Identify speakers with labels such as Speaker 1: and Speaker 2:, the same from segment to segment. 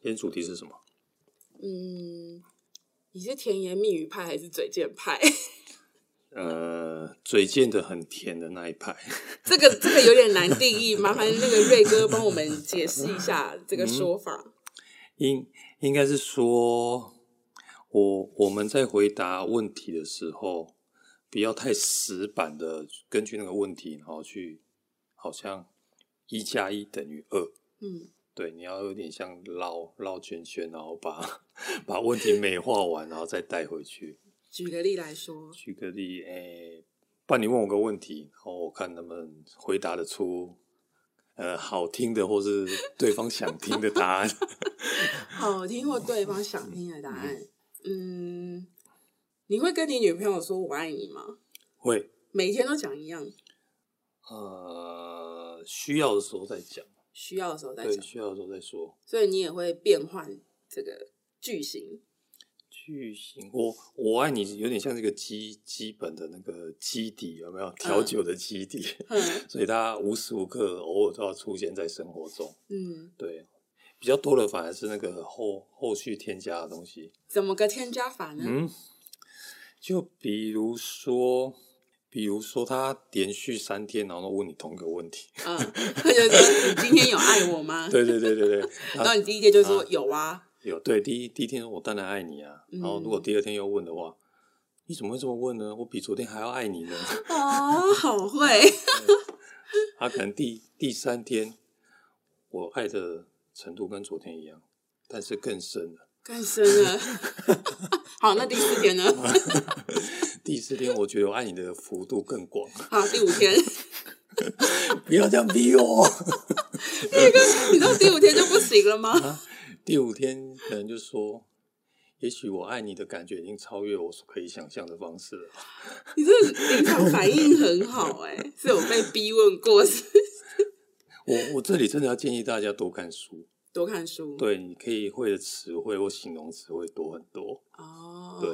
Speaker 1: 天主题是什么？
Speaker 2: 嗯，你是甜言蜜语派还是嘴贱派？
Speaker 1: 呃，嘴贱的很甜的那一派，
Speaker 2: 这个这个有点难定义，麻烦那个瑞哥帮我们解释一下这个说法。
Speaker 1: 应应该是说，我我们在回答问题的时候，不要太死板的根据那个问题，然后去好像一加一等于二，
Speaker 2: 嗯，
Speaker 1: 对，你要有点像绕绕圈圈，然后把 把问题美化完，然后再带回去。
Speaker 2: 举个例来说，
Speaker 1: 举个例，哎、不然你问我个问题，然后我看能不能回答得出，呃，好听的或是对方想听的答案。
Speaker 2: 好听或对方想听的答案，嗯，你会跟你女朋友说我爱你吗？
Speaker 1: 会，
Speaker 2: 每天都讲一样，
Speaker 1: 呃，需要的时候再讲，
Speaker 2: 需要的时候再
Speaker 1: 对，
Speaker 2: 讲，
Speaker 1: 需要的时候再说。
Speaker 2: 所以你也会变换这个句型。
Speaker 1: 句型，我我爱你，有点像这个基基本的那个基底，有没有调酒的基底？
Speaker 2: 嗯
Speaker 1: 所以它无时无刻偶尔都要出现在生活中。
Speaker 2: 嗯，
Speaker 1: 对，比较多的反而是那个后后续添加的东西。
Speaker 2: 怎么个添加法呢？
Speaker 1: 嗯，就比如说，比如说他连续三天，然后都问你同一个问题。
Speaker 2: 嗯，他 就说你今天有爱我吗？
Speaker 1: 对对对对对，
Speaker 2: 然
Speaker 1: 他
Speaker 2: 后你第一天就说有啊，
Speaker 1: 有对第一第一天我当然爱你啊，然后如果
Speaker 2: 嗯
Speaker 1: 第二天又问的话，你怎么会这么问呢？我比昨天还要爱你呢。
Speaker 2: 哦，好会，
Speaker 1: 他可能第第三天，我爱的程度跟昨天一样，但是更深了。
Speaker 2: 更 深了。好，那第四天呢？
Speaker 1: 第四天，我觉得我爱你的幅度更广。
Speaker 2: 好，第五天，
Speaker 1: 不要这样逼我。
Speaker 2: 你到第五天就不行了吗？
Speaker 1: 啊第五天可能就说，也许我爱你的感觉已经超越我所可以想象的方式了。
Speaker 2: 你这临场反应很好哎、是有被逼问过是
Speaker 1: 我我这里真的要建议大家多看书，
Speaker 2: 多看书，
Speaker 1: 对，你可以会的词汇或形容词会多很多，
Speaker 2: 哦，
Speaker 1: 对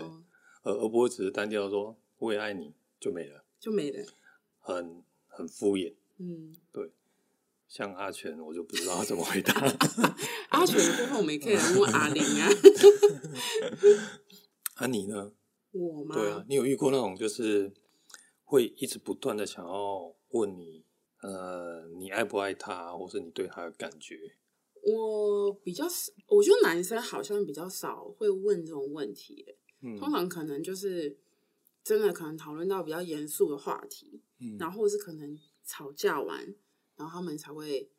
Speaker 1: 而而不会只是单调说我也爱你就没了，
Speaker 2: 就没了。
Speaker 1: 很很敷衍。
Speaker 2: 嗯，
Speaker 1: 像阿全，我就不知道他怎么回答。
Speaker 2: 阿全的部分我们也可以来问阿玲啊，
Speaker 1: 啊，你呢？
Speaker 2: 我吗？
Speaker 1: 对啊，你有遇过那种就是会一直不断的想要问你，呃，你爱不爱他，或是你对他的感觉？
Speaker 2: 我比较少，我觉得男生好像比较少会问这种问题、欸，
Speaker 1: 嗯
Speaker 2: 通常可能就是真的可能讨论到比较严肃的话题，
Speaker 1: 嗯
Speaker 2: 然后或是可能吵架完，然后他们才会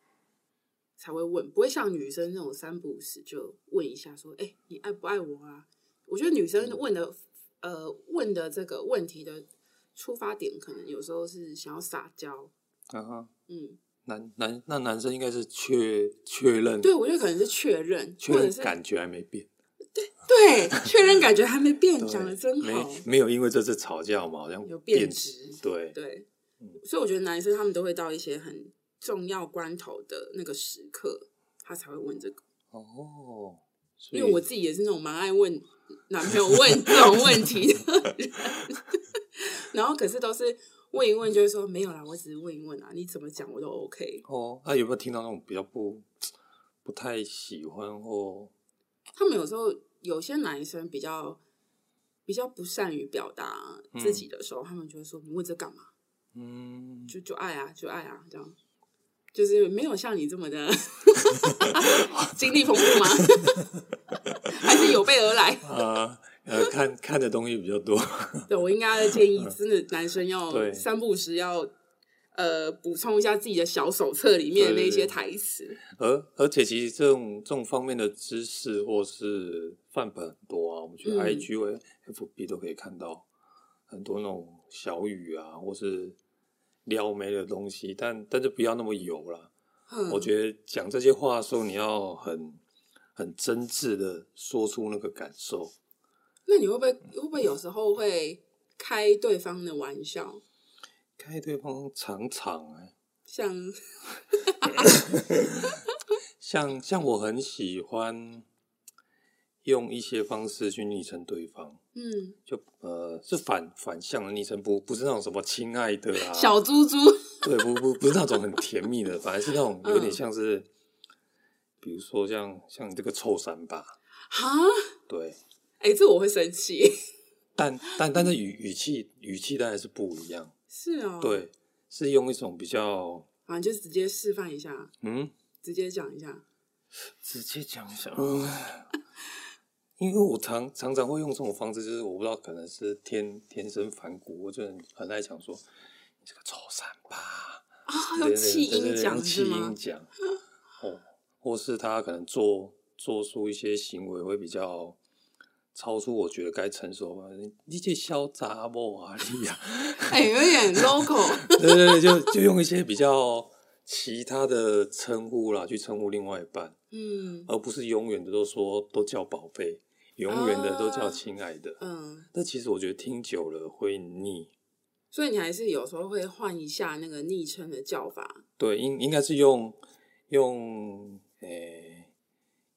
Speaker 2: 才会问，不会像女生那种三不五时就问一下说，哎、你爱不爱我啊？我觉得女生
Speaker 1: 嗯
Speaker 2: 问的呃问的这个问题的出发点，可能有时候是想要撒娇，
Speaker 1: 啊哈。
Speaker 2: 嗯，
Speaker 1: 男男那男生应该是确确认，
Speaker 2: 对我觉得可能是确认，
Speaker 1: 确
Speaker 2: 或者
Speaker 1: 认
Speaker 2: 是
Speaker 1: 感觉还没变，
Speaker 2: 对确认感觉还没变，
Speaker 1: 对
Speaker 2: 嗯讲的真好
Speaker 1: 没，没有因为这次吵架嘛，好像
Speaker 2: 有
Speaker 1: 变
Speaker 2: 变质
Speaker 1: 对，
Speaker 2: 对
Speaker 1: 嗯，
Speaker 2: 所以我觉得男生他们都会到一些很重要关头的那个时刻，他才会问这个。
Speaker 1: 哦，所以
Speaker 2: 因为我自己也是那种蛮爱问男朋友问这种问题的人，然后可是都是问一问，就会说没有啦，我只是问一问啊，你怎么讲我都 OK。
Speaker 1: 哦，那有没有听到那种比较不不太喜欢或
Speaker 2: 他们有时候有些男生比较比较不善于表达自己的时候，他们就会说你问这干嘛？
Speaker 1: 嗯
Speaker 2: 就就爱啊，就爱啊，这样，就是没有像你这么的 经历丰富吗？ 还是有备而来？
Speaker 1: 啊呃看看的东西比较多，
Speaker 2: 对我应该建议，真的男生要
Speaker 1: 嗯对
Speaker 2: 三不五时要呃补充一下自己的小手册里面的那些台词。
Speaker 1: 而而且其实这种这种方面的知识或是范本很多啊，我们去
Speaker 2: 嗯
Speaker 1: IG 或 FB 都可以看到很多那种小语啊，或是撩妹的东西，但但是不要那么油啦。
Speaker 2: 嗯，
Speaker 1: 我觉得讲这些话的时候，你要很很真挚的说出那个感受。
Speaker 2: 那你会不会会不会有时候会开对方的玩笑？
Speaker 1: 开对方常常哎、
Speaker 2: 像
Speaker 1: 像像我很喜欢用一些方式去昵称对方。
Speaker 2: 嗯，
Speaker 1: 就呃是反反向的昵称，不不是那种什么亲爱的啊，
Speaker 2: 小猪猪，
Speaker 1: 对，不不不是那种很甜蜜的，反而是那种有点像是比如说像像你这个臭三八，
Speaker 2: 哈，
Speaker 1: 对，
Speaker 2: 哎、这我会生气。
Speaker 1: 但但但是语语气语气当然是不一样，
Speaker 2: 是哦，，
Speaker 1: 对，是用一种比较
Speaker 2: 啊，你就直接示范一下，
Speaker 1: 嗯，
Speaker 2: 直接讲一下。
Speaker 1: 直接讲一下，嗯，因为我常常常会用这种方式，就是我不知道可能是天天生反骨，我就很很爱讲说你这个臭三八，
Speaker 2: 啊、
Speaker 1: 对
Speaker 2: 用
Speaker 1: 对
Speaker 2: 气
Speaker 1: 对对
Speaker 2: 音
Speaker 1: 对
Speaker 2: 讲
Speaker 1: 用气
Speaker 2: 是吗
Speaker 1: 音？讲，哦，或是他可能做做出一些行为会比较超出我觉得该承受吧。你你这小杂毛啊， 你呀、
Speaker 2: 哎、有点 local
Speaker 1: 对对对，就就用一些比较其他的称呼啦，去称呼另外一半，
Speaker 2: 嗯。
Speaker 1: 而不是永远的都说都叫宝贝，永远的都叫
Speaker 2: 啊
Speaker 1: 亲爱的。
Speaker 2: 嗯，
Speaker 1: 那其实我觉得听久了会腻，
Speaker 2: 所以你还是有时候会换一下那个昵称的叫法。
Speaker 1: 对，应应该是用用诶、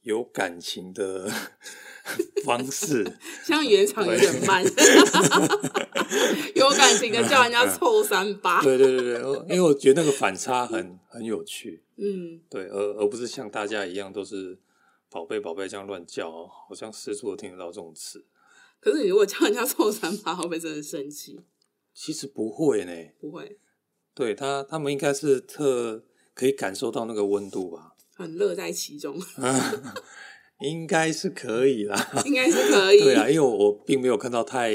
Speaker 1: 有感情的 方式，
Speaker 2: 像原厂有点慢，有感情的叫人家臭三八。
Speaker 1: 对对对对，因为我觉得那个反差很很有趣，
Speaker 2: 嗯，
Speaker 1: 对，而而不是像大家一样都是宝贝宝贝这样乱叫哦，好像四处都听得到这种词，
Speaker 2: 可是你如果叫人家臭三八，会不会真的生气？
Speaker 1: 其实不会呢，
Speaker 2: 不会，
Speaker 1: 对他他们应该是特可以感受到那个温度吧，
Speaker 2: 很乐在 其中，
Speaker 1: 应该是可以啦。
Speaker 2: 应该是可以。
Speaker 1: 对啊，因为我我并没有看到太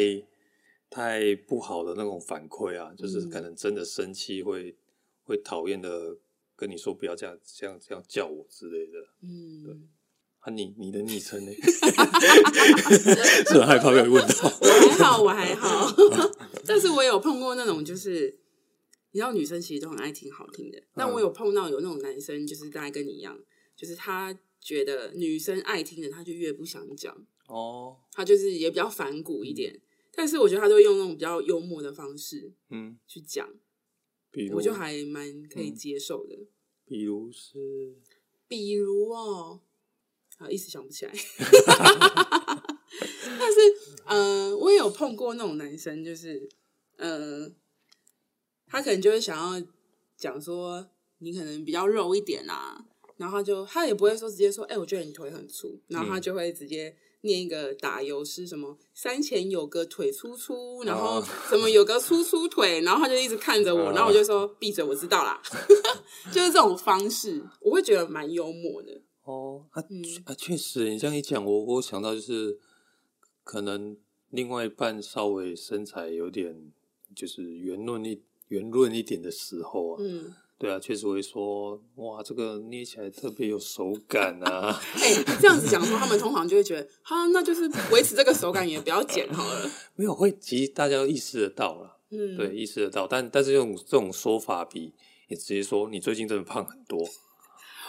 Speaker 1: 太不好的那种反馈啊，就是
Speaker 2: 嗯
Speaker 1: 可能真的生气会、会讨厌的跟你说不要这样这样这样叫我之类的。
Speaker 2: 嗯，
Speaker 1: 啊你，你的昵 称呢？ 是很害怕被问到。
Speaker 2: 我还好，我还好。 但是我有碰过那种，就是你知道，女生其实都很爱听好听的。
Speaker 1: 嗯
Speaker 2: 但我有碰到有那种男生，就是大概跟你一样，就是他觉得女生爱听的，他就越不想讲。
Speaker 1: 哦，
Speaker 2: 他就是也比较反骨一点，但是我觉得他都会用那种比较幽默的方式
Speaker 1: 嗯，
Speaker 2: 去讲，
Speaker 1: 比如
Speaker 2: 我就还蛮可以接受的。
Speaker 1: 比如是
Speaker 2: 比如哦，啊，一时想不起来，但是呃，我也有碰过那种男生，就是呃，他可能就会想要讲说你可能比较肉一点啊，然后他就他也不会说直接说，哎、我觉得你腿很粗，然后他就会直接。念一个打油诗，什么山前有个腿粗粗，然后
Speaker 1: 哦
Speaker 2: 什么有个粗粗腿，然后他就一直看着我，
Speaker 1: 哦
Speaker 2: 然后我就说闭嘴，我知道啦， 就是这种方式，我会觉得蛮幽默的。
Speaker 1: 哦啊、
Speaker 2: 嗯
Speaker 1: 啊，确实，你这样一讲，我我想到就是可能另外一半稍微身材有点就是圆润一圆润一点的时候啊，
Speaker 2: 嗯，
Speaker 1: 对啊，确实会说哇，这个捏起来特别有手感啊。
Speaker 2: 哎、这样子讲说，他们通常就会觉得，哈，那就是维持这个手感也不要剪好了。
Speaker 1: 没有会，其实大家都意识得到啦，
Speaker 2: 嗯，
Speaker 1: 对，，意识得到。但但是这种这种说法比你直接说你最近真的胖很多，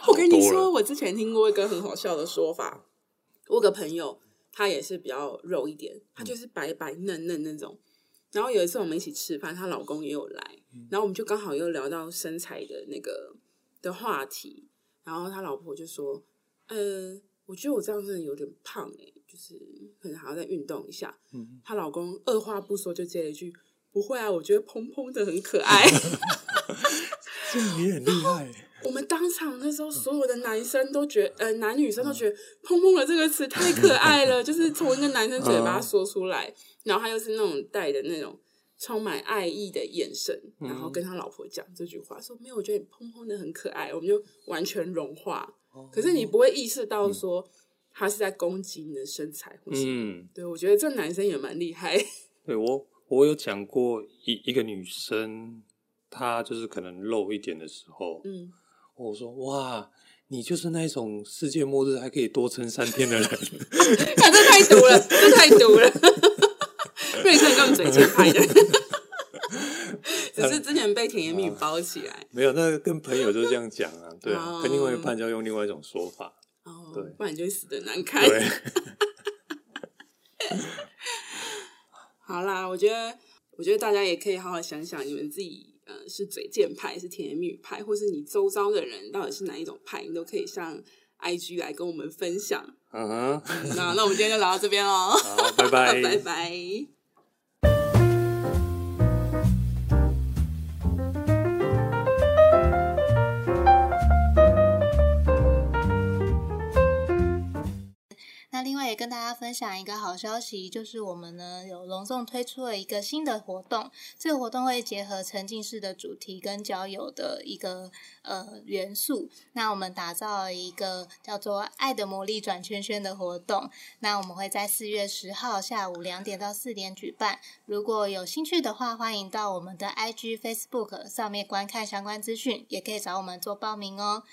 Speaker 2: 我跟你
Speaker 1: 好多
Speaker 2: 说，
Speaker 1: 了，
Speaker 2: 我之前听过一个很好笑的说法，我有个朋友他也是比较肉一点，
Speaker 1: 嗯
Speaker 2: 他就是白白嫩嫩那种。然后有一次我们一起吃饭，她老公也有来，
Speaker 1: 嗯
Speaker 2: 然后我们就刚好又聊到身材的那个的话题，然后他老婆就说：“呃，我觉得我这样真的有点胖哎、就是可能还要再运动一下。”
Speaker 1: 嗯
Speaker 2: 她老公二话不说就接了一句：“不会啊，我觉得蓬蓬的很可爱。”
Speaker 1: 这样也很厉害。欸
Speaker 2: 我们当场那时候，所有的男生都觉呃，男女
Speaker 1: 嗯
Speaker 2: 生都觉得“砰砰”的这个词太可爱 了，就是从一个男生嘴
Speaker 1: 嗯
Speaker 2: 巴说出来，然后他又是那种带的那种充满爱意的眼神，然
Speaker 1: 嗯
Speaker 2: 后跟他老婆讲这句话，说没有，我觉得你砰砰的很可爱，我们就完全融化。可是你
Speaker 1: 嗯
Speaker 2: 不会意识到说他是在攻击你的身材，或是、
Speaker 1: 嗯，
Speaker 2: 对我觉得这男生也蛮厉害，
Speaker 1: 对我我有讲过一一个女生，她就是可能露一点的时候，
Speaker 2: 嗯，
Speaker 1: 我说哇，你就是那一种世界末日还可以多撑三天的人。
Speaker 2: 看这太毒了，这太毒了。瑞生根本嘴欠拍的， 只是之前被甜言蜜语包起来，
Speaker 1: 没有，那个跟朋友就是这样讲啊，对啊，
Speaker 2: 哦
Speaker 1: 跟另外一半就要用另外一种说法。
Speaker 2: 哦
Speaker 1: 对，
Speaker 2: 不然就会死的难看。
Speaker 1: 对，
Speaker 2: 好啦，我觉得，我觉得大家也可以好好想想，你们自己呃是嘴贱派，是甜言蜜语派，或是你周遭的人到底是哪一种派，你都可以上 IG 来跟我们分享。
Speaker 1: 嗯哼，
Speaker 2: 那那我们今天就聊到这边喽，
Speaker 1: 好，拜拜，
Speaker 2: 拜拜。
Speaker 3: 跟大家分享一个好消息，就是我们呢有隆重推出了一个新的活动，这个活动会结合沉浸式的主题跟交友的一个呃元素。那我们打造了一个叫做“爱的魔力转圈圈”的活动，那我们会在四月十号下午两点到四点举办。如果有兴趣的话，欢迎到我们的 IG、Facebook 上面观看相关资讯，也可以找我们做报名哦。